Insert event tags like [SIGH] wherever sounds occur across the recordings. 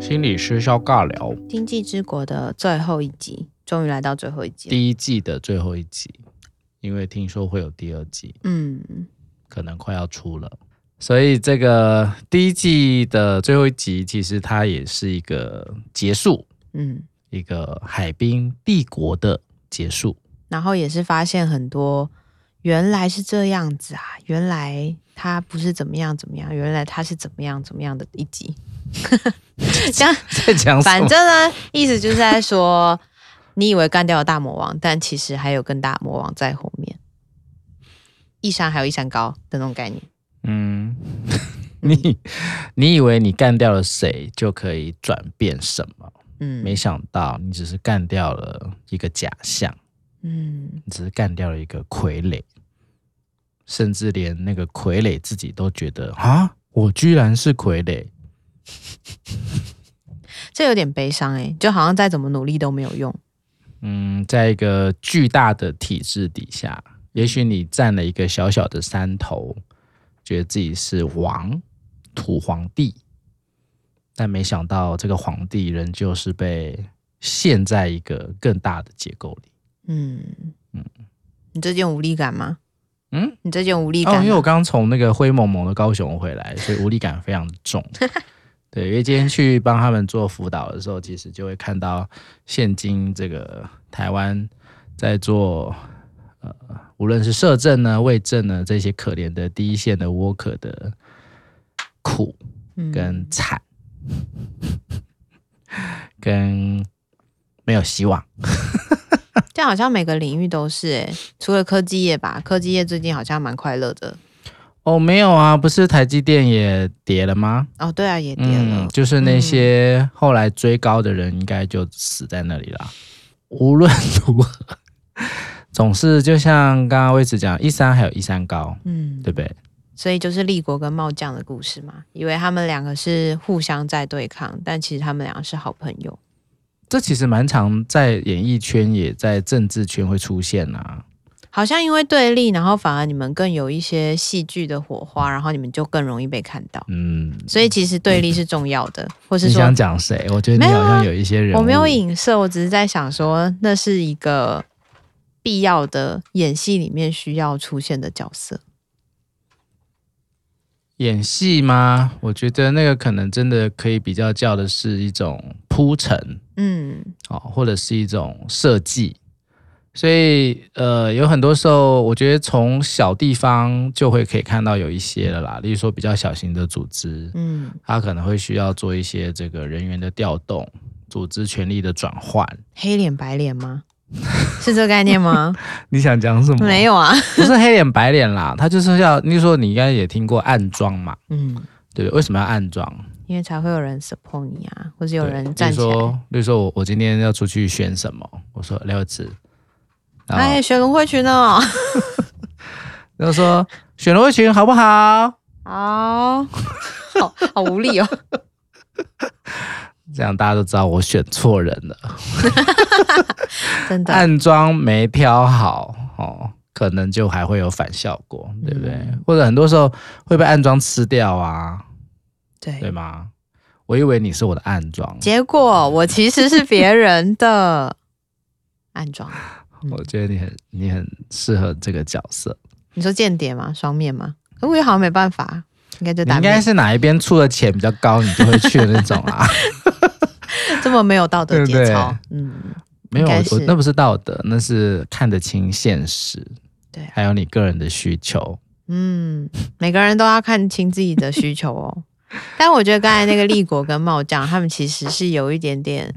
心理师要尬聊《经济之国》的最后一集，终于来到最后一集了。第一季的最后一集，因为听说会有第二季，嗯，可能快要出了。所以这个第一季的最后一集，其实它也是一个结束，嗯，一个海滨帝国的结束。 [LAUGHS] 然后也是发现很多，原来是这样子啊，原来他不是怎么样怎么样，原来他是怎么样怎么样的一集。 [LAUGHS] 这样，在讲什反么？正呢，意思就是在说，你以为干掉了大魔王，但其实还有更大魔王在后面，一山还有一山高的那种概念。嗯， [LAUGHS] 你你以为你干掉了谁就可以转变什么？嗯，没想到你只是干掉了一个假象，嗯，你只是干掉了一个傀儡，甚至连那个傀儡自己都觉得啊，我居然是傀儡。这有点悲伤哎、就好像再怎么努力都没有用。嗯，在一个巨大的体制底下，也许你占了一个小小的山头，觉得自己是王，土皇帝，但没想到这个皇帝仍旧是被陷在一个更大的结构里。嗯，你这件无力感吗？嗯，你这件无力哦，感因为吗、我刚从那个灰蒙蒙的高雄回来，所以无力感非常重。对，因为今天去帮他们做辅导的时候，其实就会看到现今这个台湾在做呃，无论是社政呢、卫政呢这些可怜的第一线的 worker 的苦嗯跟惨，跟没有希望。这样好像每个领域都是哎、除了科技业吧，科技业最近好像蛮快乐的。哦，没有啊，不是台积电也跌了吗？哦，对啊，也跌了。嗯嗯，就是那些后来追高的人，应该就死在那里了。无论如何，总是就像刚刚魏子讲，一山还有一山高，嗯，对不对？所以就是立国跟帽将的故事嘛，以为他们两个是互相在对抗，但其实他们两个是好朋友。这其实蛮常在演艺圈，也在政治圈会出现啊。好像因为对立，然后反而你们更有一些戏剧的火花，然后你们就更容易被看到。嗯，所以其实对立是重要的，或是你说想讲谁？我觉得你好像有一些人，我没有。影射，我只是在想说，那是一个必要的演戏里面需要出现的角色。演戏吗？我觉得那个可能真的可以比较叫的是一种铺陈，嗯哦，或者是一种设计。所以，呃，有很多时候，我觉得从小地方就会可以看到有一些了啦，例如说比较小型的组织，嗯，它可能会需要做一些这个人员的调动、组织权力的转换。黑脸白脸 [LAUGHS] 吗？是这概念吗？你想讲什么？没，有 [LAUGHS] 啊。不是黑脸白脸啦，它就是要，你说你应该也听过暗装嘛，嗯，对不对？为什么要暗装？因为才会有人 support 你啊，或者有对人例站如起来。说，例如说我我今天要出去选什么，我说六子，然后哎，学龙会群哦。然后说选罗群好不好？好，好 [LAUGHS] 好无力哦。这样大家都知道我选错人了，真的，暗装没挑好哦，可能就还会有反效果，对不对？嗯或者很多时候会被暗装吃掉啊，对对。吗？我以为你是我的暗装，结果我其实是别人的暗装。我觉得你很你很适合这个角色，你说间谍吗？双面吗？可我也好像没办法，应该就你打应该面是哪一边出的钱比较高，你就会去的那种 [LAUGHS] 啊。 [LAUGHS] 这么没有道德节操，嗯，没有，应我该是我那不是道德，那是看得清现实，对啊还有你个人的需求。嗯，每个人都要看清自己的需 [LAUGHS] 求哦。但我觉得刚才那个立国跟茂将，他们其实是有一点点，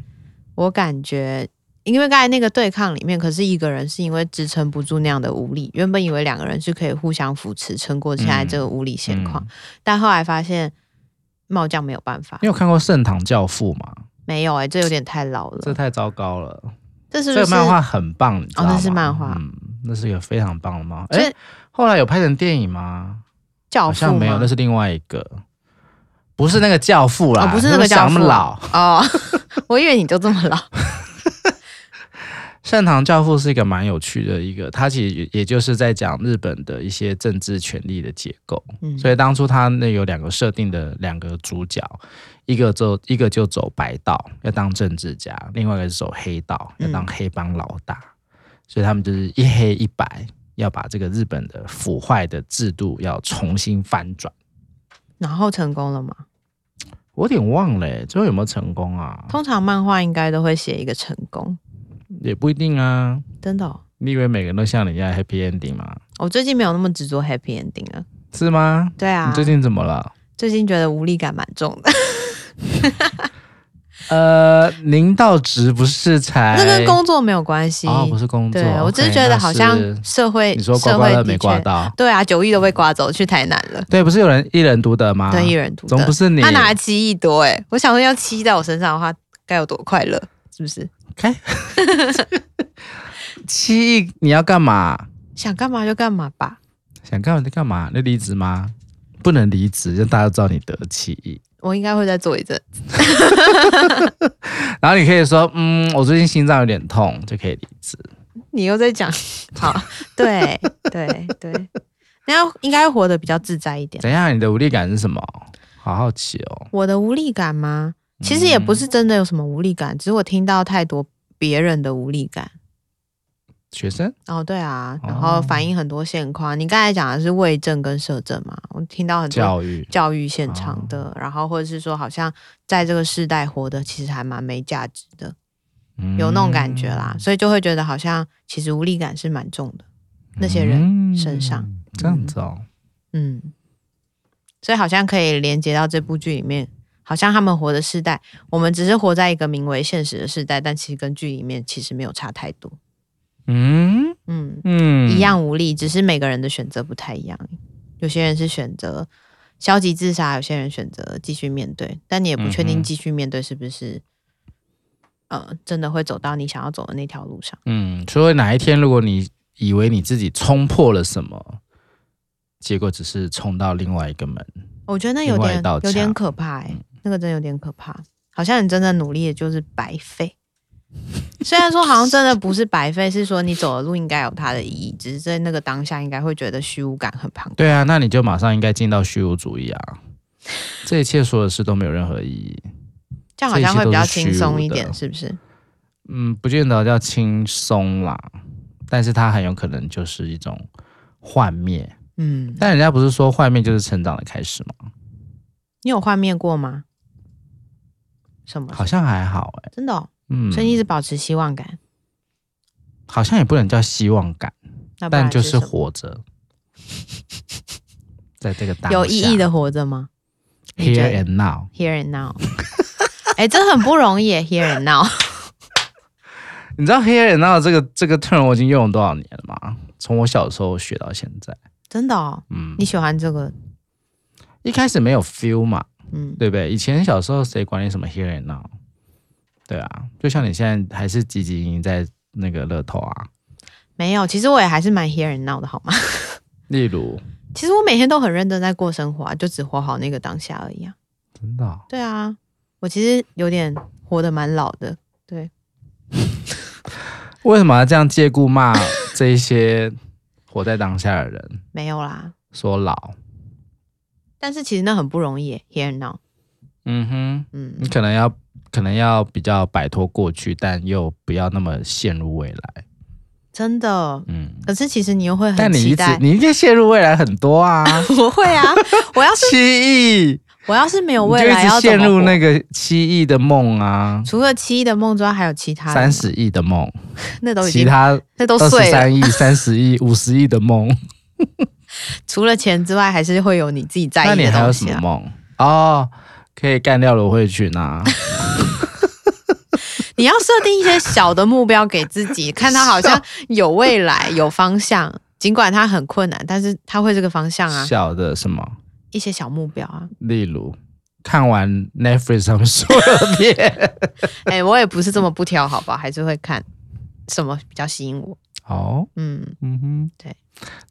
我感觉，因为刚才那个对抗里面，可是一个人是因为支撑不住那样的无力，原本以为两个人是可以互相扶持撑过现在这个无力现况，嗯但后来发现茂将没有办法你，有看过《盛唐教父》吗？没有哎、这有点太老了，这太糟糕了。这是这不个是漫画很棒，你知道吗？哦那是漫画嗯，那是一个非常棒的漫画。所以哎，后来有拍成电影吗？教好父像没有，吗那是另外一个，不是那个教父啦，哦不是那个教父你 [LAUGHS] 们想那么老。哦，我以为你就这么老。善堂教父是一个蛮有趣的一个，他其实也也就是在讲日本的一些政治权力的结构。嗯所以当初他那有两个设定的两个主角，一个就一个就走白道要当政治家，另外一个是走黑道要嗯当黑帮老大，所以他们就是一黑一白，要把这个日本的腐坏的制度要重新翻转。然后成功了嘛？我有点忘了、欸，最后有没有成功啊？通常漫画应该都会写一个成功，也不一定啊。真的哦、你以为每个人都像你一样 happy ending 吗？我最近没有那么执着 happy ending 了。是吗？对啊，你最近怎么了？最近觉得无力感蛮重的，呃，您到职不是才 [LAUGHS] 这跟工作没有关系。哎哦，不是工作，对我只是 OK，觉得那好像是社会你说刮社刮会乐的没确，刮到，对啊，九亿都被刮走去台南了，对，不是有人一人独得吗？对，一人独啊总得不。是你他拿了七亿多哎、我想说要七亿在我身上的话，该有多快乐，是不是？ [LAUGHS] 七亿，你要干嘛？想干嘛就干嘛吧。想干嘛就干嘛，那离职吗？不能离职，让大家都知道你得七亿。我应该会再做一阵，然后你可以说，嗯，我最近心脏有点痛，就可以离职。你又在 [LAUGHS] 讲，好，对对对，那应该活得比较自在一点。怎样？你的无力感是什么？好好奇哦。我的无力感吗？嗯其实也不是真的有什么无力感，只是我听到太多别人的无力感。学生，哦，对啊，哦然后反映很多现况。你刚才讲的是卫政跟社政嘛，我听到很多教育，哦教育现场的，然后或者是说，好像在这个世代活的其实还蛮没价值的，嗯有那种感觉啦，所以就会觉得好像其实无力感是蛮重的，那些人，人身上嗯这样子哦。嗯所以好像可以连接到这部剧里面，好像他们活的世代，我们只是活在一个名为现实的世代，但其实跟剧里面其实没有差太多，嗯嗯，嗯，一样无力，只是每个人的选择不太一样。有些人是选择消极自杀，有些人选择继续面对，但你也不确嗯定哼继续面对是不是，呃，真的会走到你想要走的那条路上。嗯，所以哪一天如果你以为你自己冲破了什么，结果只是冲到另外一个门，我觉得那有另外一点道有点墙嗯可怕、欸，那个真有点可怕，好像你真的努力也就是白费。 [LAUGHS] 虽然说好像真的不是白费，是说你走的路应该有它的意义，只是在那个当下应该会觉得虚无感很庞大。对啊，那你就马上应该进到虚无主义啊！这一切所有事都没有任何意义。这样好像会比较轻松一这点，一是不是？嗯，不见得叫轻松啦，但是它很有可能就是一种幻灭。嗯，但人家不是说幻灭就是成长的开始吗？你有幻灭过吗？什么？好像还好哎、真的、哦，嗯，所以你一直保持希望感。好像也不能叫希望感，那不然但就是是什么活着， [LAUGHS] 在这个当有意义下的活着吗你觉得 here and now。 ？Here and now，哎、这很不容易耶，Here and now。你知道 here and now 这个这个 term 我已经用了多少年了吗？从我小时候学到现在，真的哦，嗯，你喜欢这个？一开始没有 feel 嘛，嗯，对不对？以前小时候谁管你什么 here and now？对啊，就像你现在还是积极赢在那个乐透啊，没有，其实我也还是蛮 here and now 的，好吗？ [LAUGHS] 例如其实我每天都很认真在过生活、啊，就只活好那个当下而已啊。真的哦、对啊，我其实有点活得蛮老的，为什么要这样借故 [LAUGHS] 骂这一些活在当下的人？没有啦。说老，但是其实那很不容易耶，here and now。嗯哼，嗯你，可能要可能要比较摆脱过去，但又不要那么陷入未来，真的。嗯。可是其实你又会但很你期一直待，你一定陷入未来很多啊，我会 [LAUGHS] 啊。我要是七亿，我要是没有你未就一来，直要陷怎么入活那个七亿的梦啊，除了七亿的梦之外，还有其他的三吗，十亿的梦，那都已其经他那都二十碎了。三 [LAUGHS] 亿、三十亿、五十亿的梦，除了钱之外，还是会有你自己在那意你的还有东什西么啊。梦？哦，可以干掉罗慧群啊，你要设定一些小的目标给自 [LAUGHS] 己，看他好像有未来、有方向，尽管他很困难，但是他会这个方向啊，小的什么？一些小目标啊。例如看完 Netflix 上面所有的 [LAUGHS] 片。哎、我也不是这么不挑，好吧，还是会看什么比较吸引我。哦，嗯，嗯哼，对。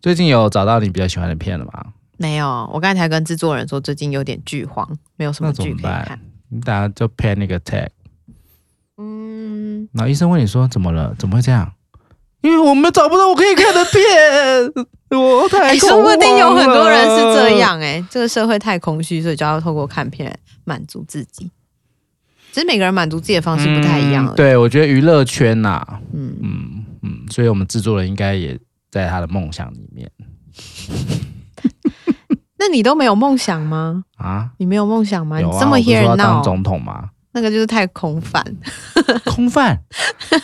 最近有找到你比较喜欢的片了吗？没有，我刚才跟制作人说，最近有点剧荒，没有什么那怎剧么可以办看。你等下就 panic attack，嗯，然后医生问你说怎么了？怎么会这样？因为我们找不到我可以看的片，我太哎，恐说不定有很多人是慌了这。样哎、这个社会太空虚，所以就要透过看片来满足自己。只是每个人满足自己的方式不太一样嗯了。对，我觉得娱乐圈呐、嗯，嗯嗯，所以我们制作人应该也在他的梦想里面那你都没有梦想吗？啊。你没有梦想吗？有你啊，这么我不是 here 说要 and 当 now，总统吗？那个就是太空泛，空泛，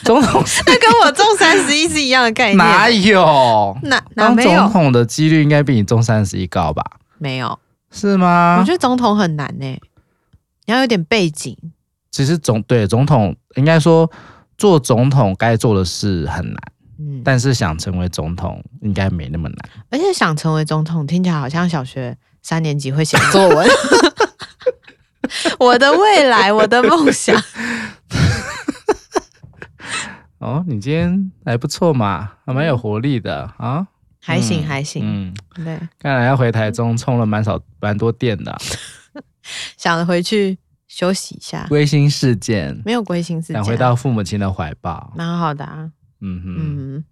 总统是 [LAUGHS] 那跟我中三十一是一样的概念。哪有？哪哪当没总有？统的几率应该比你中三十一高吧？没有，是吗？我觉得总统很难呢、你要有点背景。其实总对总统应该说做总统该做的事很难，嗯，但是想成为总统应该没那么难。而且想成为总统，听起来好像小学三年级会写作文。 [LAUGHS] 我的未来，我的梦想， [LAUGHS] 哦，你今天还不错嘛，还蛮有活力的啊。还行嗯还行。嗯，对，看来要回台中充了蛮少蛮多电的啊、想着回去休息一下，归心似箭，没有归心似嗯想回箭，到父母亲的怀抱。蛮好的啊。嗯哼，嗯，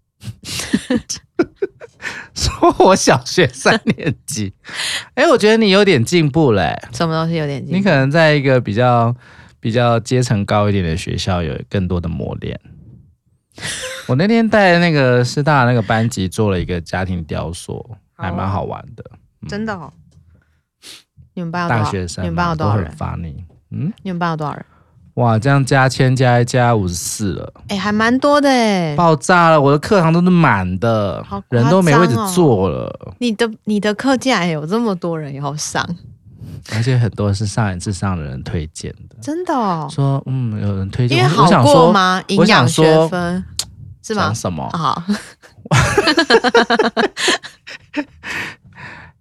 [LAUGHS] 说我小学三年级，哎、我觉得你有点进步嘞、什么东西有点进步你可能在一个比较比较阶层高一点的学校有更多的磨练。我那天带那个师大那个班级做了一个家庭雕塑，还啊蛮好玩的。真的哦。你们班有多嗯大少？学你生们班嘛有多都少很人？乏你，嗯，你们班有多少人？哇，这样加千加一加五十四了，哎、还蛮多的哎。爆炸了！我的课堂都是满的好，夸张哦人都没位置坐了，你的你的课竟然有这么多人要上，而且很多是上一次上的人推荐的，真的哦。说嗯有人推因荐，为我好我想过说吗？营我养想说学分是吗讲？什么？好，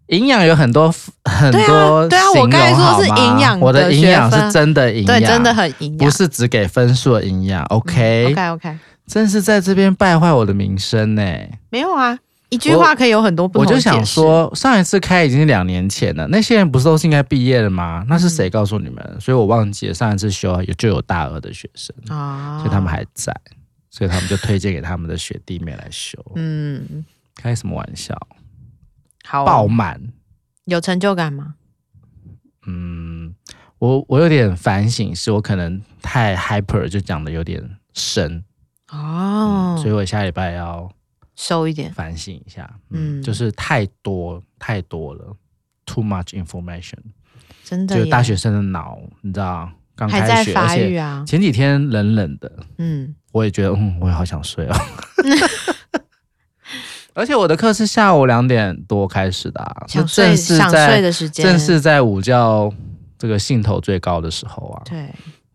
营养有很多很对啊多对啊我形容刚才说好是吗营养我的的营学养分是真的营养，对，真的很营养嗯不。是只给分数的营养。OK，, OK OK，真是在这边败坏我的名声呢、没有啊，一句我话可以有很多不我同的就解想释。说，上一次开已经是两年前了，那些人不是都是应该毕业了吗？那嗯是谁告诉你们？所以我忘记了上一次修有就有大二的学生，啊，所以他们还在，所以他们就推荐给他们的学弟妹来修。嗯，开什么玩笑？好哦爆满。有成就感吗？嗯，我我有点反省，是我可能太 hyper 就讲的有点深，哦所，以我下礼拜要收一点，反省一下。嗯，嗯就是太多太多了，too much information，真的就耶大学生的脑，你知道，刚还开在学，而发育且啊，前几天冷冷的，嗯，我也觉得，嗯，我也好想睡 [LAUGHS] 哦。而且我的课是下午两点多开始的、啊，想就睡正是想睡在的时间，正是在午觉这个兴头最高的时候啊，对，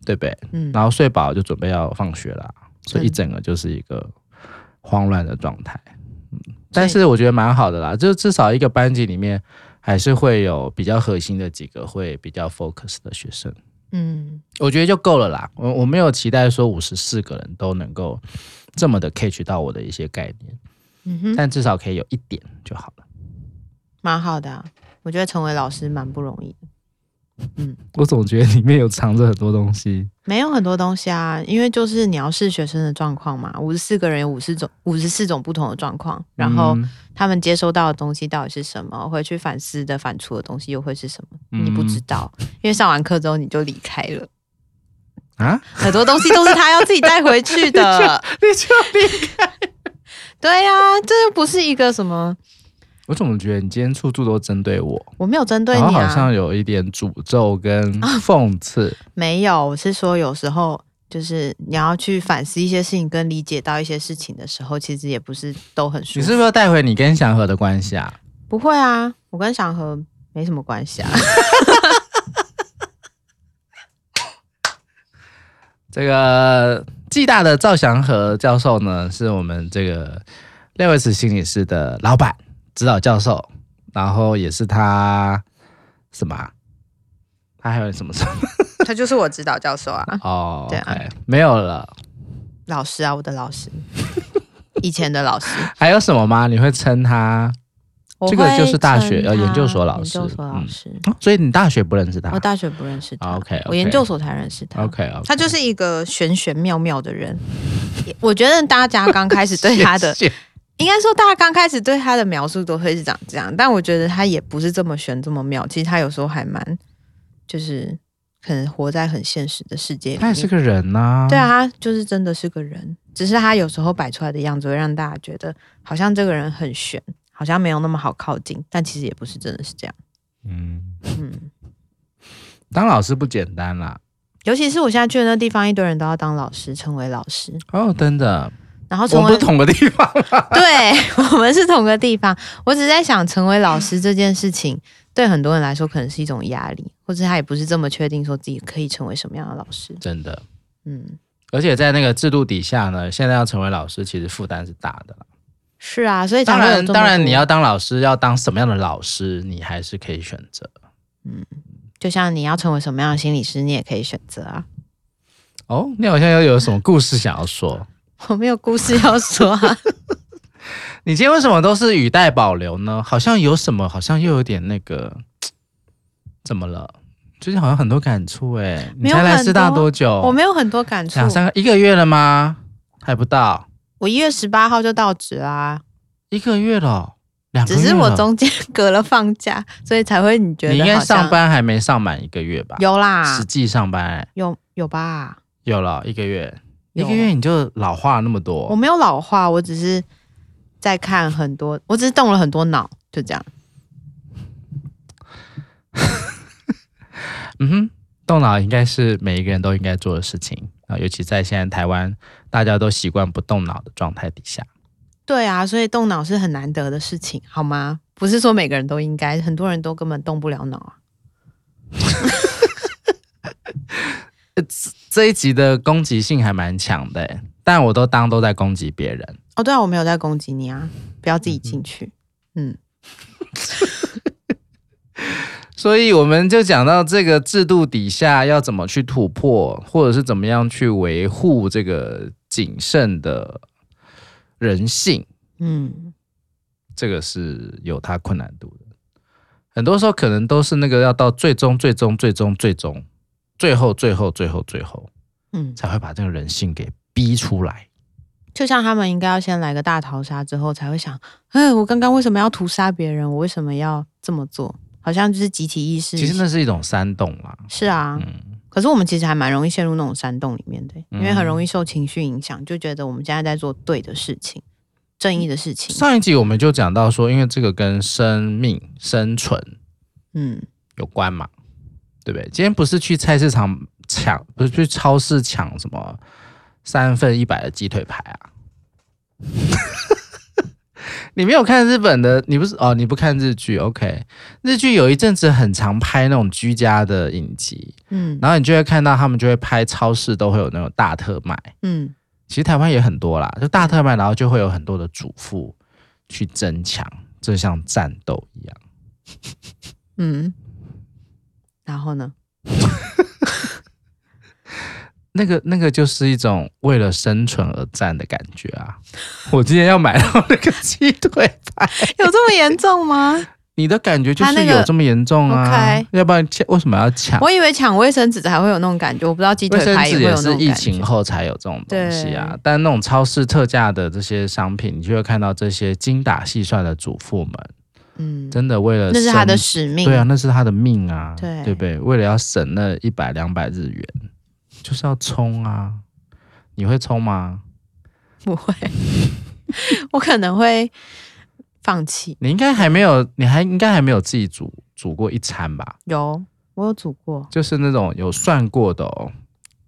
对不对？嗯，然后睡饱就准备要放学啦，所以一嗯整个就是一个慌乱的状态。嗯，但是我觉得蛮好的啦，就至少一个班级里面还是会有比较核心的几个会比较 focus 的学生，嗯，我觉得就够了啦。我我没有期待说五十四个人都能够这么的 catch 到我的一些概念，嗯哼，但至少可以有一点就好了。蛮好的啊，我觉得成为老师蛮不容易的。我总觉得里面有藏着很多东西。没有很多东西啊，因为就是你要视学生的状况嘛，五十四个人有五十种、五十四种不同的状况，然后嗯他们接收到的东西到底是什么，回去反思的、反刍的东西又会是什么，你不知道，嗯因为上完课之后你就离开了，啊，很多东西都是他要自己带回去的。 [LAUGHS] 你就离开。 [LAUGHS] 对呀、这又不是一个什么，我怎么觉得你今天处处都针对我？我没有针对然后你好啊，像有一点诅咒跟讽 [LAUGHS] 刺，没有，我是说有时候。就是你要去反思一些事情，跟理解到一些事情的时候，其实也不是都很舒服。你是不是要带回你跟祥和的关系啊？不会啊，我跟祥和没什么关系啊。这个暨大的赵祥和教授呢，是我们这个廖维慈心理师的老板、指导教授，然后也是他什么啊、他还有什 [LAUGHS] 么什么？ [LAUGHS] 他就是我指导教授啊，哦，对啊 OK，没有了， [LAUGHS] 老师 [LAUGHS] 啊，我的老师，以前的老师，还有什么吗？你会称他我这个会就是大学称呃研他究所老研师究所老嗯师，哦所以你大学不认识他我大学不认识他、啊，OK，OK 我研究所才认识他。 ？OK OK，他就是一个玄玄妙妙的人。 [LAUGHS] 也我觉得大家刚开始对他的，谢谢应该说大家刚开始对他的描述都会是长这样，但我觉得他也不是这么玄这么妙。其实他有时候还蛮，就是可能活在很现实的世界里他也是面。个人呐、对，啊，他就是真的是个人，只是他有时候摆出来的样子会让大家觉得好像这个人很玄，好像没有那么好靠近，但其实也不是真的是这样。嗯，嗯，当老师不简单啦。尤其是我现在去的那地方，一堆人都要当老师，成为老师，哦，真的，然后我成们不为是同个地 [LAUGHS] 方吗 [LAUGHS] 对我们是同个地方。我只是在想，成为老师这件事情， [LAUGHS] 对很多人来说可能是一种压力，或者他也不是这么确定说自己可以成为什么样的老师。真的。嗯，而且在那个制度底下呢，现在要成为老师，其实负担是大的啦。是啊，所以才当会有然，这么当然多你 [LAUGHS] 要当老师，要当什么样的老师，你还是可以选择。就像你要成为什么样的心理师，你也可以选择啊。哦，你好像又有什么故事想要说？我没有故事要说、 [LAUGHS] 啊， [LAUGHS] 你今天为什么都是语带保留呢？好像有什么，好像又有点那个，怎么了？最近好像很多感触哎、你没有才来很师大多多久？我没有很多感触两。三个一个月了吗？还不到我一月十八号就到职啦、一个月了，两个只月是我了中间 [LAUGHS] 隔了放假，所以才会你觉得你应该好像上班还没上满一个月吧？有啊啦实，际上班哎有有吧？有了一个月，一有啊个月你就老化那么多。我没有老化，我只是在看很多，我只是动了很多脑，就这样。嗯哼，动脑应该是每一个人都应该做的事情啊，尤其在现在台湾大家都习惯不动脑的状态底下，对啊，所以动脑是很难得的事情，好吗？不是说每个人都应该，很多人都根本动不了脑啊。这一集的攻击性还蛮强的欸，但我都当都在攻击别人。哦，对啊，我没有在攻击你啊，不要自己进去。嗯，所以我们就讲到这个制度底下要怎么去突破，或者是怎么样去维护这个谨慎的人性，嗯，这个是有它困难度的。很多时候可能都是那个要到最终、最终、最终、最终、最后、最后、最后、最后，嗯，才会把这个人性给逼出来。就像他们应该要先来个大逃杀，之后才会想，哎，我刚刚为什么要屠杀别人？我为什么要这么做？好像就是集体意识。其实那是一种煽动啦。是啊，嗯，可是我们其实还蛮容易陷入那种山洞里面的，因为很嗯容易受情绪影响，就觉得我们现在在做对的事情、正义的事情。上一集我们就讲到说，因为这个跟生命生存嗯，有关嘛，对不对？今天不是去菜市场抢，不是去超市抢什么三份一百的鸡腿排啊？ [LAUGHS] 你没有看日本的，你不是哦？你不看日剧？OK，日剧有一阵子很常拍那种居家的影集，嗯然后你就会看到他们就会拍超市都会有那种大特卖，嗯，其实台湾也很多啦，就大特卖，然后就会有很多的主妇去争抢，就像战斗一样。嗯，然后呢？那个那个就是一种为了生存而战的感觉啊！ [LAUGHS] 我今天要买到那个鸡腿排， [LAUGHS] 有这么严重吗？ [LAUGHS] 你的感觉就他那是个有这么严重啊？ OK 要不然抢为什么要抢？ [LAUGHS] 我以为抢卫生纸才会有那种感觉，我不知道鸡卫腿生排也纸会有也那种是感觉。疫情后才有这种东西啊对，但那种超市特价的这些商品，你就会看到这些精打细算的主妇们，嗯，真的为了那是他的生使命。对啊，，那是他的命啊，对不对？为了要省那一百两百日元，就是要冲啊！你会冲吗？不会，我可能会放弃。你应该还没有，你还应该还没有自己煮煮过一餐吧？有，我有煮过，就是那种有算过的哦，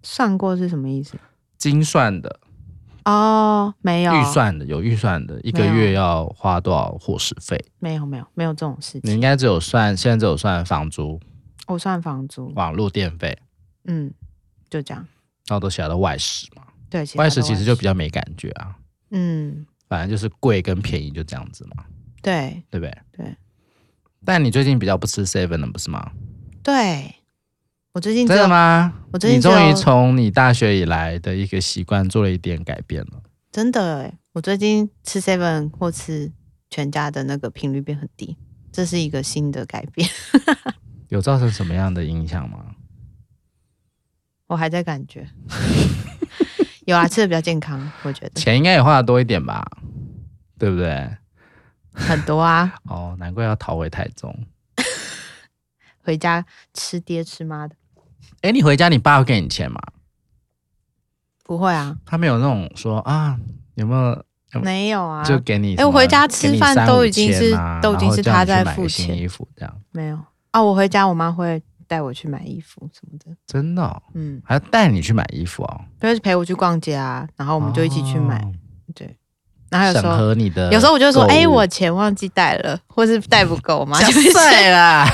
算过是什么意思？精算的、哦，没有，预算的、有预算的，一个没有月要花多少伙食费？没有，没有，没有这种事你情。应该只有算，现在只有算房租、我算房租，网络电费，嗯，就这样。然后都写到外食嘛。对，其他外都食其实就比较较没感觉啊，嗯，反正就是贵跟便宜就这样子嘛。对对不对？对。但你最近比较不吃 seven 了，不是吗？对。我最近真只有的吗？我最你近只终有于从你大学以来的一个习惯做了一点改变了。欸真的哎，我最近吃 seven 或吃全家的那个频率变很低，这是一个新的改变。 [LAUGHS] 有造成什么样的影响吗？我还在感觉， [LAUGHS] 有啊，吃的比较健康，我觉得钱应该也花的多一点吧，对不对？很多啊，哦，难怪要逃回台中。回家吃爹吃妈的，哎，你回家，你爸会给你钱吗？不会啊，他没有那种说啊，有没有嗯没有啊，就给你哎什么？我回家吃给你饭三都五已经千是啊都已经然后是叫你他去在买个付新钱衣服这样，没有啊。我回家，我妈会带我去买衣服什么的，真的哦、嗯，还要带你去买衣服哦。就是陪我去逛街啊，然后我们就一起去买，哦对。然后有审时候，核你的，有时候我就说，哎、我钱忘记带了，或是带不够，我妈就会对啦， [LAUGHS]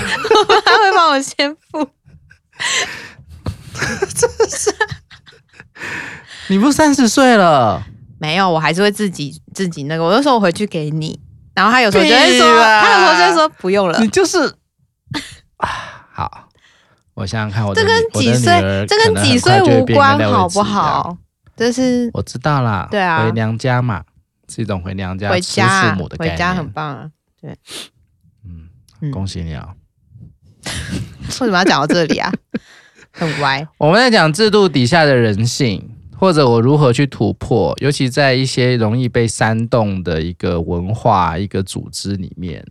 他会帮我先付。你不三十岁了，没有，我还是会自己自己那个。我就说我回去给你，然后他有时候就会屁说，啦他有时候就会说不用了你。就是啊，好，我想想看，我的这女跟我几的女岁儿，这可跟能几很岁快就会无变关跟，廖伟好慈不一样？好？就是我知道啦，对啊回娘家嘛，是一种回娘家回吃家父母的概回念。家很棒啊。嗯，嗯恭喜你啊！为什么要讲到这里啊？ [LAUGHS] 很歪，我们在讲制度底下的人性，或者我如何去突破，尤其在一些容易被煽动的一个文化、一个组织里面，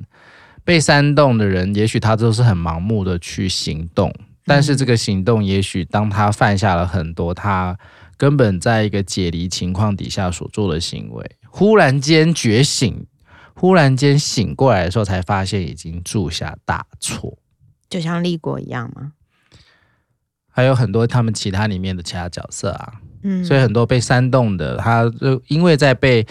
被煽动的人，也许他都是很盲目的去行动，但是这个行动，也许当他犯下了很多他根本在一个解离情况底下所做的行为，忽然间觉醒。忽然间醒过来的时候，才发现已经铸下大错。就像立国一样嘛。还有很多他们其他里面的其他角色啊，嗯，所以很多被煽动的，他就因为在被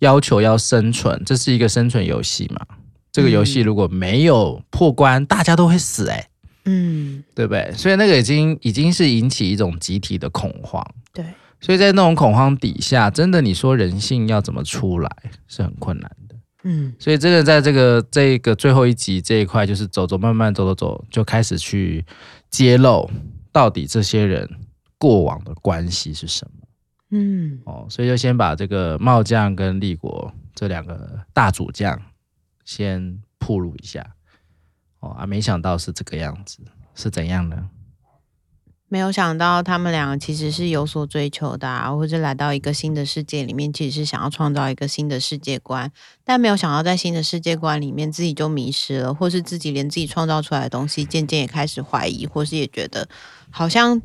要求要生存，这是一个生存游戏嘛。这个游戏如果没有破关，大家都会死、欸，嗯，对不对？所以那个已经已经是引起一种集体的恐慌。对，所以在那种恐慌底下，真的你说人性要怎么出来是很困难的。嗯，所以这个在这个这个最后一集这一块，就是走走慢慢走走走，就开始去揭露到底这些人过往的关系是什么。嗯，哦，所以就先把这个帽将跟立国这两个大主将先铺路一下。哦啊，没想到是这个样子，是怎样呢？没有想到他们两个其实是有所追求的、啊，或者来到一个新的世界里面，其实是想要创造一个新的世界观，但没有想到在新的世界观里面自己就迷失了，或是自己连自己创造出来的东西，渐渐也开始怀疑，或是也觉得好像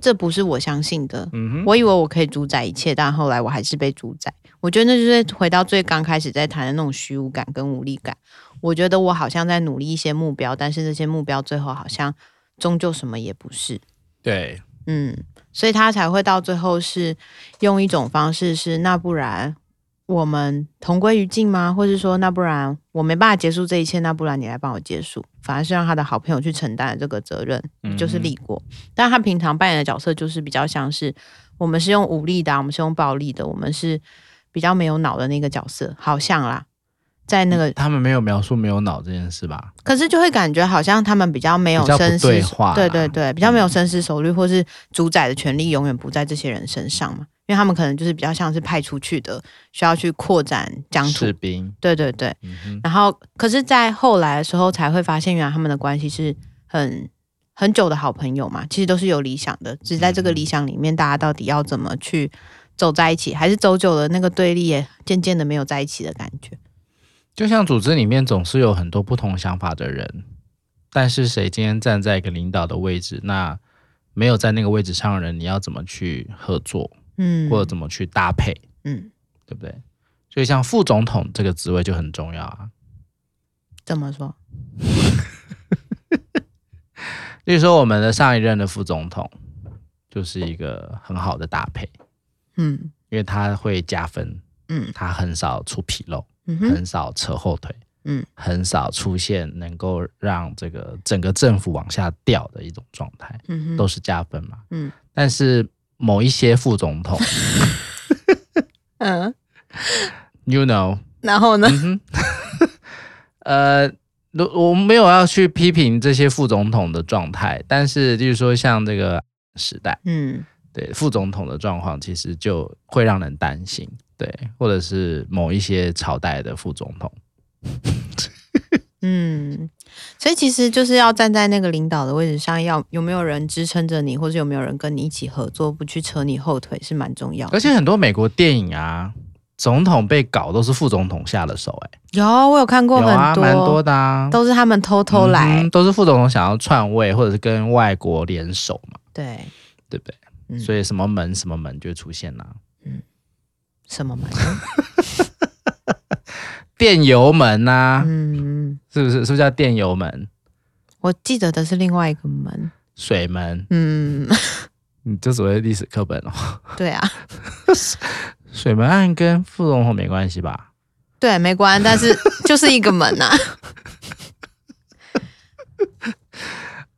这不是我相信的。嗯哼，我以为我可以主宰一切，但后来我还是被主宰。我觉得那就是回到最刚开始在谈的那种虚无感跟无力感。我觉得我好像在努力一些目标，但是这些目标最后好像终究什么也不是。对，嗯，所以他才会到最后是用一种方式是，那不然我们同归于尽吗？或是说，那不然我没办法结束这一切，那不然你来帮我结束？反而是让他的好朋友去承担了这个责任，嗯就是立国。但他平常扮演的角色就是比较像是我们是用武力的啊、我们是用暴力的，我们是比较没有脑的那个角色，好像啦，在那个他们没有描述没有脑这件事吧？可是就会感觉好像他们比较没有比较不深思，对话啦对对对比较没有深思熟虑，或是主宰的权利永远不在这些人身上嘛，因为他们可能就是比较像是派出去的，需要去扩展疆土士，兵，对对对。嗯哼，然后，可是，在后来的时候才会发现，原来他们的关系是很很久的好朋友嘛，其实都是有理想的，只是在这嗯个理想里面，大家到底要怎么去走在一起，还是走久了那个对立也渐渐的没有在一起的感觉。就像组织里面总是有很多不同想法的人，但是谁今天站在一个领导的位置，那没有在那个位置上的人，你要怎么去合作，嗯，或者怎么去搭配，嗯，对不对？所以像副总统这个职位就很重要啊。怎么说？例如说，我们的上一任的副总统就是一个很好的搭配，嗯因为他会加分，嗯他很少出纰漏，嗯哼。很少扯后腿，嗯，很少出现能够让这个整个政府往下掉的一种状态，嗯都哼，是加分嘛。嗯，但是某一些副总 [LAUGHS] 统嗯， ，you know，然后嗯呢？呃，如我没有要去批评这些副总统的状态，但是例如说像这个时代。嗯对副总统的状况，其实就会让人担心，对，或者是某一些朝代的副总统，嗯，所以其实就是要站在那个领导的位置上，要有没有人支撑着你，或者有没有人跟你一起合作，不去扯你后腿是蛮重要的。而且很多美国电影啊，总统被搞都是副总统下的手、欸，有我有看过哎，有很啊，多，蛮多的啊，都是他们偷偷来。嗯都是副总统想要篡位，或者是跟外国联手嘛，对，对不对？嗯所以什么门什么门就出现啦，什么门？ [LAUGHS] 电油门呐、嗯，是不是？是不是叫电油门、我记得的是另外一个门。水门？嗯， [LAUGHS] 你这所谓历史课本哦，对啊，水门案跟副总统没关系吧？对，没关，但是就是一个门啊呐、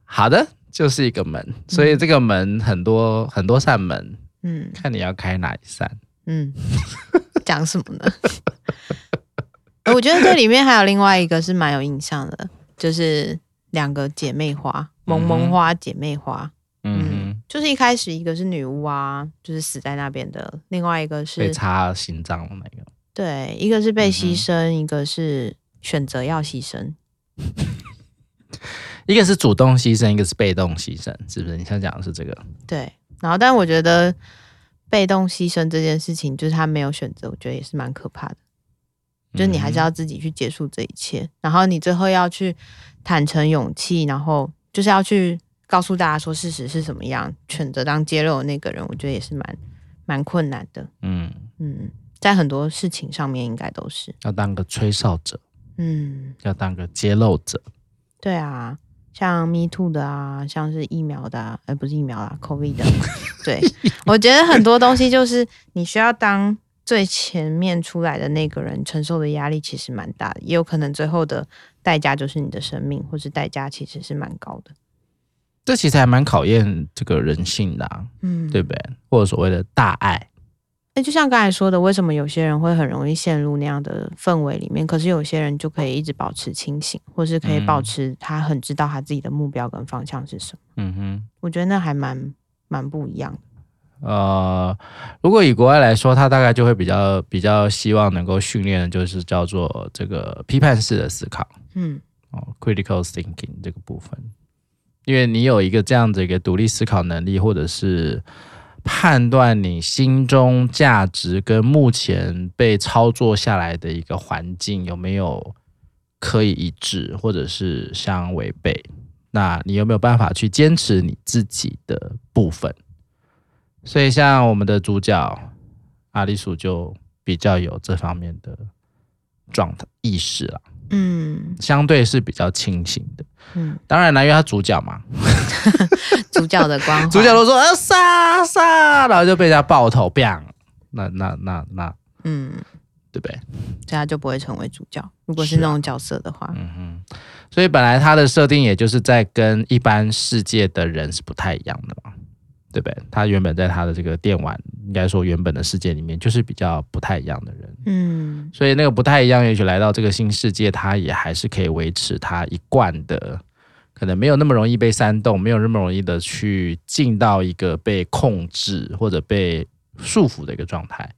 好的，就是一个门，所以这个门很多、很多扇门，嗯看你要开哪一扇。嗯，讲什么呢？ [LAUGHS] 我觉得这里面还有另外一个是蛮有印象的，就是两个姐妹花，萌萌花姐妹花。嗯哼，就是一开始一个是女巫啊，就是死在那边的；另外一个被是插心脏的那个。对，一个是被牺嗯牲，一个是选择要牺牲。一个是主动牺牲，一个是被动牺牲，是不是？你想讲的是这个？对，然后但我觉得被动牺牲这件事情，就是他没有选择，我觉得也是蛮可怕的。就是你还是要自己去结束这一切，然后你最后要去坦诚勇气，然后就是要去告诉大家说事实是什么样，选择当揭露的那个人，我觉得也是蛮蛮困难的。嗯，嗯，在很多事情上面应该都是，要当个吹哨者，嗯，要当个揭露者。对啊。像 Me Too 的啊，像是疫苗的、啊，呃，不是疫苗啦，COVID 的， [LAUGHS] 对，我觉得很多东西就是你需要当最前面出来的那个人，承受的压力其实蛮大的，也有可能最后的代价就是你的生命，或是代价其实是蛮高的。这其实还蛮考验这个人性的、啊，嗯，对不对？或者所谓的大爱，那就像刚才说的，为什么有些人会很容易陷入那样的氛围里面？可是有些人就可以一直保持清醒，或是可以嗯保持他很知道他自己的目标跟方向是什么。嗯哼。我觉得那还蛮蛮不一样的。呃，如果以国外来说，他大概就会比较比较希望能够训练的就是叫做这个批判式的思考嗯哦，critical thinking 这个部分，因为你有一个这样子一个独立思考能力，或者是判断你心中价值跟目前被操作下来的一个环境有没有可以一致，或者是相违背，那你有没有办法去坚持你自己的部分？所以像我们的主角阿里鼠就比较有这方面的状态意识啦，嗯相对是比较清醒的。嗯，当然啦，因为他主角嘛，主角的光 [LAUGHS] 环主角都说啊杀杀，然后就被人家爆头 b 那那那那，嗯。对不对？所以他就不会成为主角。如果是是啊那种角色的话，嗯哼。所以本来他的设定也就是在跟一般世界的人是不太一样的嘛，对不对？他原本在他的这个电玩，应该说原本的世界里面就是比较不太一样的人。嗯所以那个不太一样，也许来到这个新世界，他也还是可以维持他一贯的，可能没有那么容易被煽动，没有那么容易的去进到一个被控制或者被束缚的一个状态。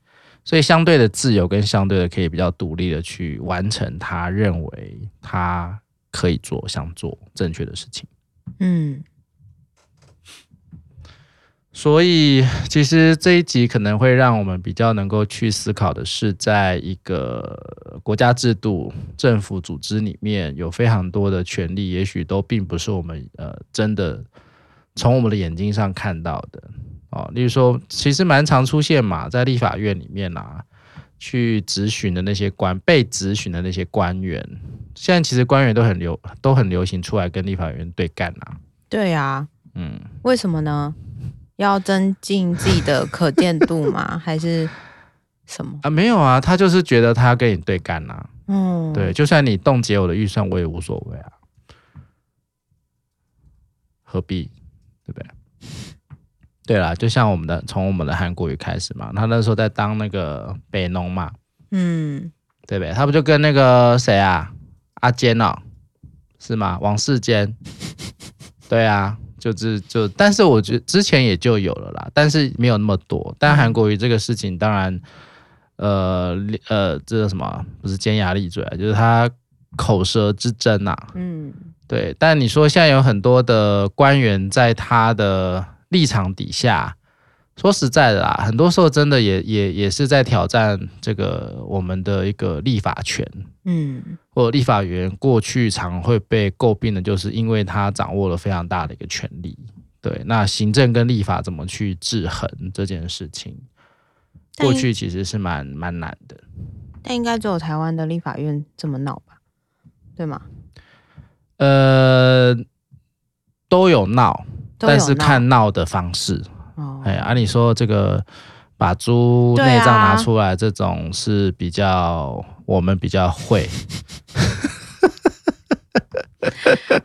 所以相对的自由跟相对的可以比较独立的去完成他认为他可以做、想做正确的事情。嗯所以，其实这一集可能会让我们比较能够去思考的是，在一个国家制度、政府组织里面，有非常多的权利，也许都并不是我们呃真的从我们的眼睛上看到的哦。例如说，其实蛮常出现嘛，在立法院里面啦、去质询的那些官被质询的那些官员，现在其实官员都很流都很流行出来跟立法院对干啦、对啊，嗯。为什么呢？要增进自己的可见度 [LAUGHS] 吗？还是什么？啊，没有啊，他就是觉得他要跟你对干啊呐、嗯，对，，就算你冻结我的预算，我也无所谓啊，何必，对不对？对啦，就像我们的从我们的韩国瑜开始嘛，他那时候在当那个北农嘛，嗯对不对？他不就跟那个谁啊，阿坚哦，是吗？王世坚，对啊，就是就，但是我觉得之前也就有了啦，但是没有那么多。但韩国瑜这个事情，当然，呃呃，这个什么不是尖牙利嘴啊，就是他口舌之争啊。嗯，对，但你说现在有很多的官员在他的立场底下，说实在的啦，很多时候真的也也也是在挑战这个我们的一个立法权，嗯，或者立法员过去常会被诟病的，就是因为他掌握了非常大的一个权力。对，那行政跟立法怎么去制衡这件事情，但过去其实是蛮蛮难的。但应该只有台湾的立法院这么闹吧？对吗？呃，都有闹，都有但是闹看闹的方式。哦，哎，按、理说这个把猪对内脏啊拿出来，这种是比较我们比较会，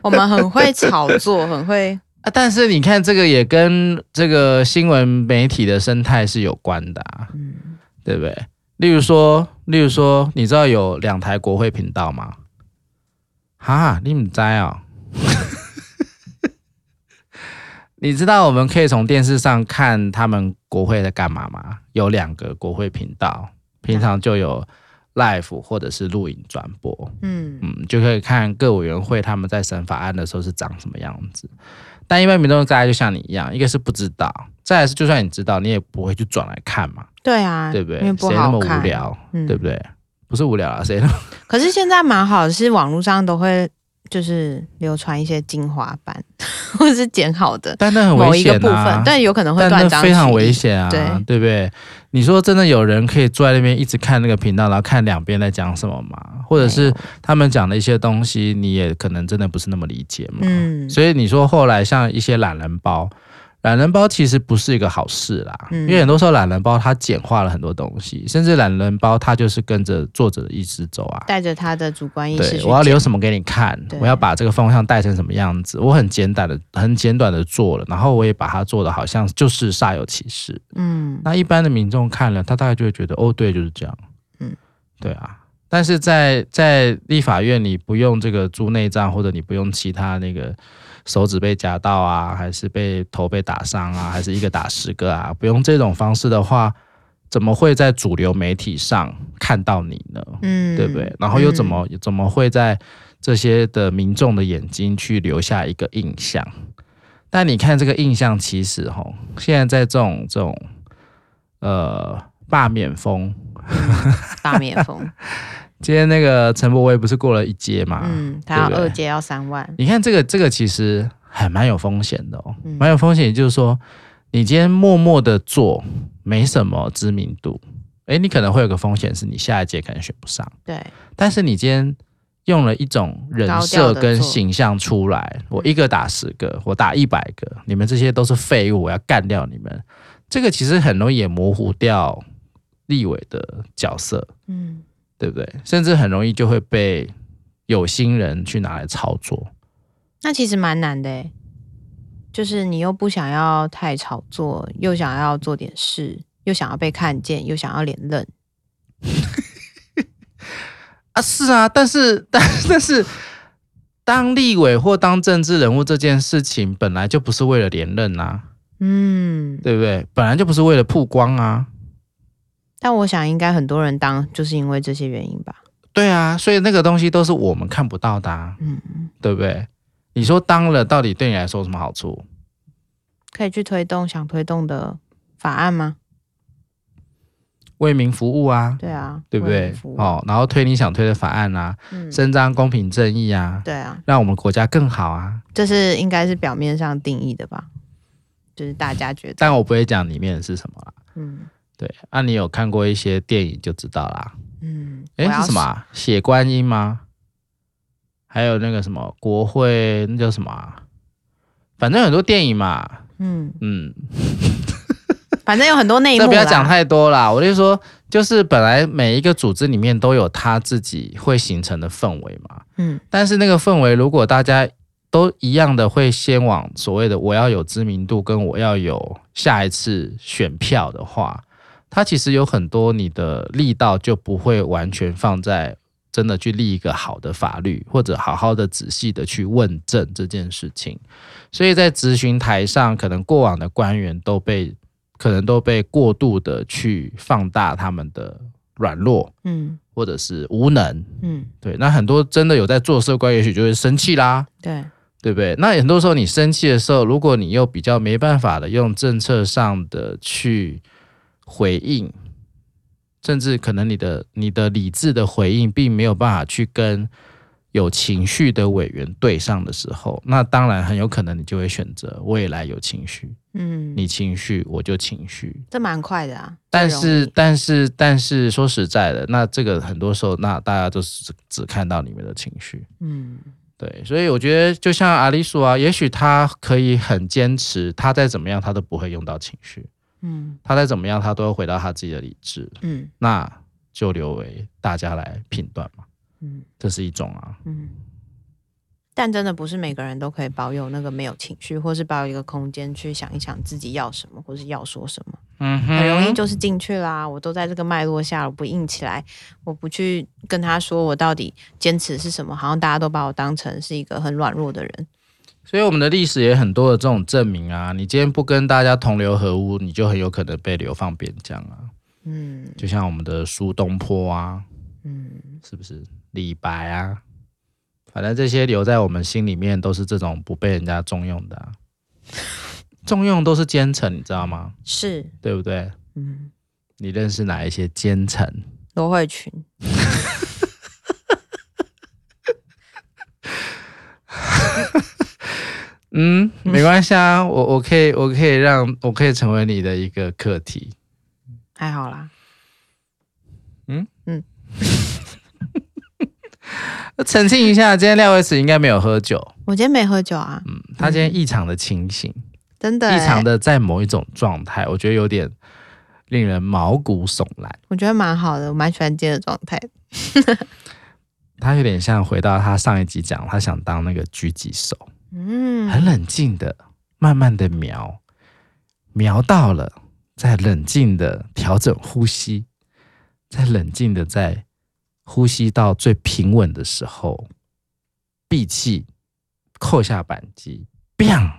我们很会炒作，很会啊，但是你看，这个也跟这个新闻媒体的生态是有关的、啊，嗯对不对？例如说，例如说，你知道有两台国会频道吗？哈，你们在哦。 [LAUGHS] 你知道我们可以从电视上看他们国会在干嘛吗？有两个国会频道，平常就有 live 或者是录影转播。嗯嗯，就可以看各委员会他们在审法案的时候是长什么样子。但一般民众大家就像你一样，一个是不知道，再来是就算你知道，你也不会去转来看嘛，对啊，对不对因为？不谁那么好无看，聊，嗯对不对？不是无聊啊，谁那么可是现在蛮好的，是网络上都会就是流传一些精华版， [LAUGHS] 或者是剪好的但那很某危一个险部啊分，，但有可能会但断那章非常取义危险啊，对对不对？你说真的有人可以坐在那边一直看那个频道，然后看两边在讲什么吗？或者是他们讲的一些东西，你也可能真的不是那么理解嘛？嗯所以你说后来像一些懒人包，懒人包其实不是一个好事啦，嗯因为很多时候懒人包它简化了很多东西，甚至懒人包它就是跟着作者的意志走啊。带着他的主观意识对，去我要剪留什么给你看对，我要把这个方向带成什么样子，我很简短的、很简短的做了，然后我也把它做的好像就是煞有其事。嗯那一般的民众看了，他大概就会觉得，哦，对，就是这样。嗯，对啊。但是在在立法院，你不用这个猪内脏，或者你不用其他那个手指被夹到啊，还是被头被打伤 [LAUGHS] 啊，还是一个打十个啊，不用这种方式的话，怎么会在主流媒体上看到你呢？嗯，对不对？然后又怎么、怎么会在这些的民众的眼睛去留下一个印象？但你看这个印象，其实吼，现在在这种这种呃罢免风，大面 [LAUGHS] 风？今天那个陈柏威不是过了一阶嘛？嗯，他要啊对不对二阶要三万，你看这个这个其实还蛮有风险的哦嗯，蛮有风险，也就是说你今天默默的做，没什么知名度，诶，你可能会有个风险是你下一届可能选不上。对，但是你今天用了一种人设跟形象出来，我一个打十个，我打一百个，你们这些都是废物，我要干掉你们。这个其实很容易也模糊掉立委的角色，嗯对不对？甚至很容易就会被有心人去拿来操作。那其实蛮难的欸，就是你又不想要太炒作，又想要做点事，又想要被看见，又想要脸认。啊，是啊，但是 [LAUGHS] 但但是，当立委或当政治人物这件事情本来就不是为了连任啊，嗯，对不对？本来就不是为了曝光啊，但我想应该很多人当就是因为这些原因吧。对啊，所以那个东西都是我们看不到的、啊，嗯，对不对？你说当了，到底对你来说有什么好处？可以去推动想推动的法案吗？为民服务啊，对啊，对不为对民服？务，哦，然后推你想推的法案啊，嗯，伸张公平正义啊，对啊，让我们国家更好啊。这是应该是表面上定义的吧？就是大家觉得，但我不会讲里面是什么啦。嗯对，啊，你有看过一些电影就知道啦。嗯，诶，我要是什么、啊？血观音吗？还有那个什么国会，那叫什么、啊？反正很多电影嘛，嗯，嗯，反正有很多内幕这啦。不要讲太多啦，我就说，就是本来每一个组织里面都有它自己会形成的氛围嘛，嗯但是那个氛围如果大家都一样的，会先往所谓的我要有知名度跟我要有下一次选票的话，它其实有很多你的力道就不会完全放在真的去立一个好的法律，或者好好的仔细的去问政这件事情。所以在咨询台上，可能过往的官员都被可能都被过度的去放大他们的软弱，嗯或者是无能。嗯，对，那很多真的有在做社工，也许就会生气啦，对，对不对？那很多时候你生气的时候，如果你又比较没办法的用政策上的去回应，甚至可能你的你的理智的回应并没有办法去跟有情绪的委员对上的时候，那当然很有可能你就会选择未来有情绪，嗯，你情绪我就情绪，这蛮快的啊。但最容是，易但是，但是，说实在的，那这个很多时候，那大家都是只只看到你们的情绪，嗯，对，所以我觉得就像阿丽说啊，也许他可以很坚持，他再怎么样，他都不会用到情绪，嗯他再怎么样，他都会回到他自己的理智，嗯那就留为大家来评断嘛，嗯这是一种啊，嗯。但真的不是每个人都可以保有那个没有情绪，或是保有一个空间去想一想自己要什么，或是要说什么。嗯哼很容易就是进去啦。我都在这个脉络下，我不硬起来，我不去跟他说我到底坚持是什么，好像大家都把我当成是一个很软弱的人。所以我们的历史也很多的这种证明啊，你今天不跟大家同流合污，你就很有可能被流放边疆啊，嗯就像我们的苏东坡啊。嗯是不是？李白啊，反正这些留在我们心里面都是这种不被人家重用的、 [LAUGHS] 啊，重用都是奸臣，你知道吗？是对不对？嗯你认识哪一些奸臣？罗慧群，嗯，没关系啊， [LAUGHS] 我我可以，我可以让我可以成为你的一个课题。还好啦。澄清一下，今天廖维慈应该没有喝酒，我今天没喝酒啊，嗯他今天异常的清醒，真的、异常欸，的在某一种状态，我觉得有点令人毛骨悚然。我觉得蛮好的，我蛮喜欢今天的状态。他有点像回到他上一集讲，他想当那个狙击手，嗯很冷静的，慢慢的瞄，瞄到了，再冷静的调整呼吸，再冷静的在呼吸到最平稳的时候，闭气，扣下扳机，bang，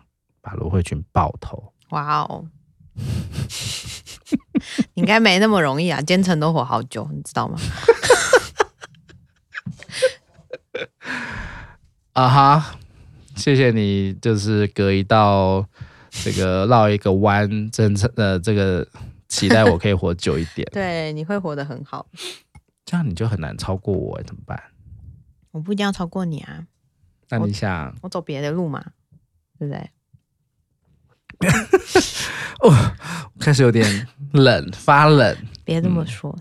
把罗慧君爆头。哇哦，应该没那么容易啊，坚城都活好久，你知道 [LAUGHS] 吗？，啊哈，谢谢你，就是隔一道这个绕一个弯，真正呃这个期待我可以活久一点 [LAUGHS] 对，你会活得很好，这样你就很难超过我，怎么办？我不一定要超过你啊，那你想，我走别的路嘛，对不对？开始有点冷，发冷，别这么说，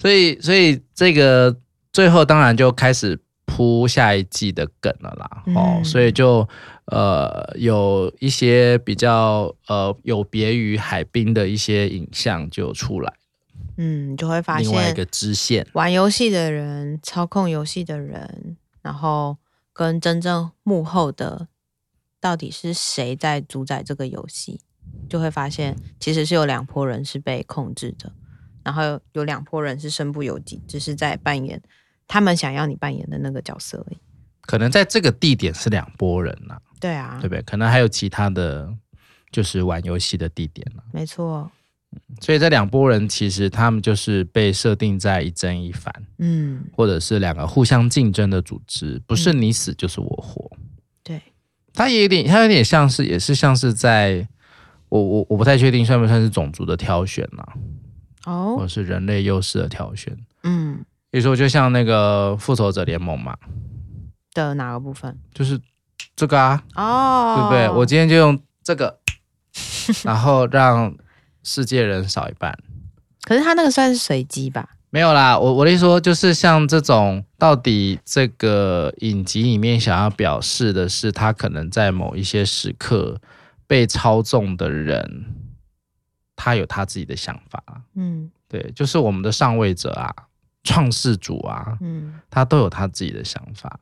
所以所以这个最后当然就开始铺下一季的梗了啦，哦，嗯所以就呃有一些比较呃有别于海滨的一些影像就出来，嗯，你就会发另外一现个支线。玩游戏的人、操控游戏的人，然后跟真正幕后的到底是谁在主宰这个游戏，就会发现其实是有两拨人是被控制的，然后有两拨人是身不由己，只是在扮演他们想要你扮演的那个角色而已。可能在这个地点是两拨人啦、对啊对，不对？可能还有其他的，就是玩游戏的地点啦、没错，所以这两拨人其实他们就是被设定在一正一反，嗯，或者是两个互相竞争的组织，不是你死就是我活。对，它也有点，它有点像是，也是像是在。我我我不太确定算不算是种族的挑选啦、或哦，者是人类优势的挑选。嗯比如说，就像那个复仇者联盟嘛，的哪个部分？就是这个啊，哦，对不对？我今天就用这个，然后让世界人少一半。可是他那个算是随机吧？没有啦，我我的意思说，就是像这种，到底这个影集里面想要表示的是，他可能在某一些时刻被操纵的人，他有他自己的想法啦。嗯对，就是我们的上位者啊，创世主啊，嗯他都有他自己的想法，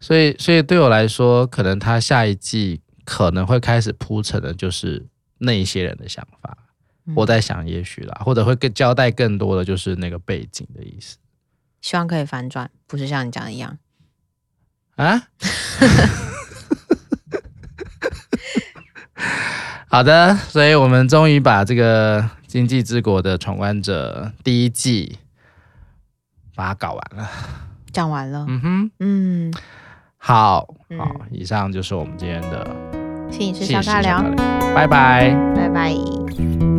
所以所以对我来说，可能他下一季可能会开始铺陈的就是那一些人的想法。嗯我在想，也许啦，或者会更交代更多的就是那个背景的意思希望可以反转，不是像你讲的一样。啊。好的，所以我们终于把这个《经济之国的闯关者》第一季。把它搞完了。讲完了，嗯哼，嗯，好，好、嗯以上就是我们今天的心理师信小息尬聊，聊，拜拜。拜拜。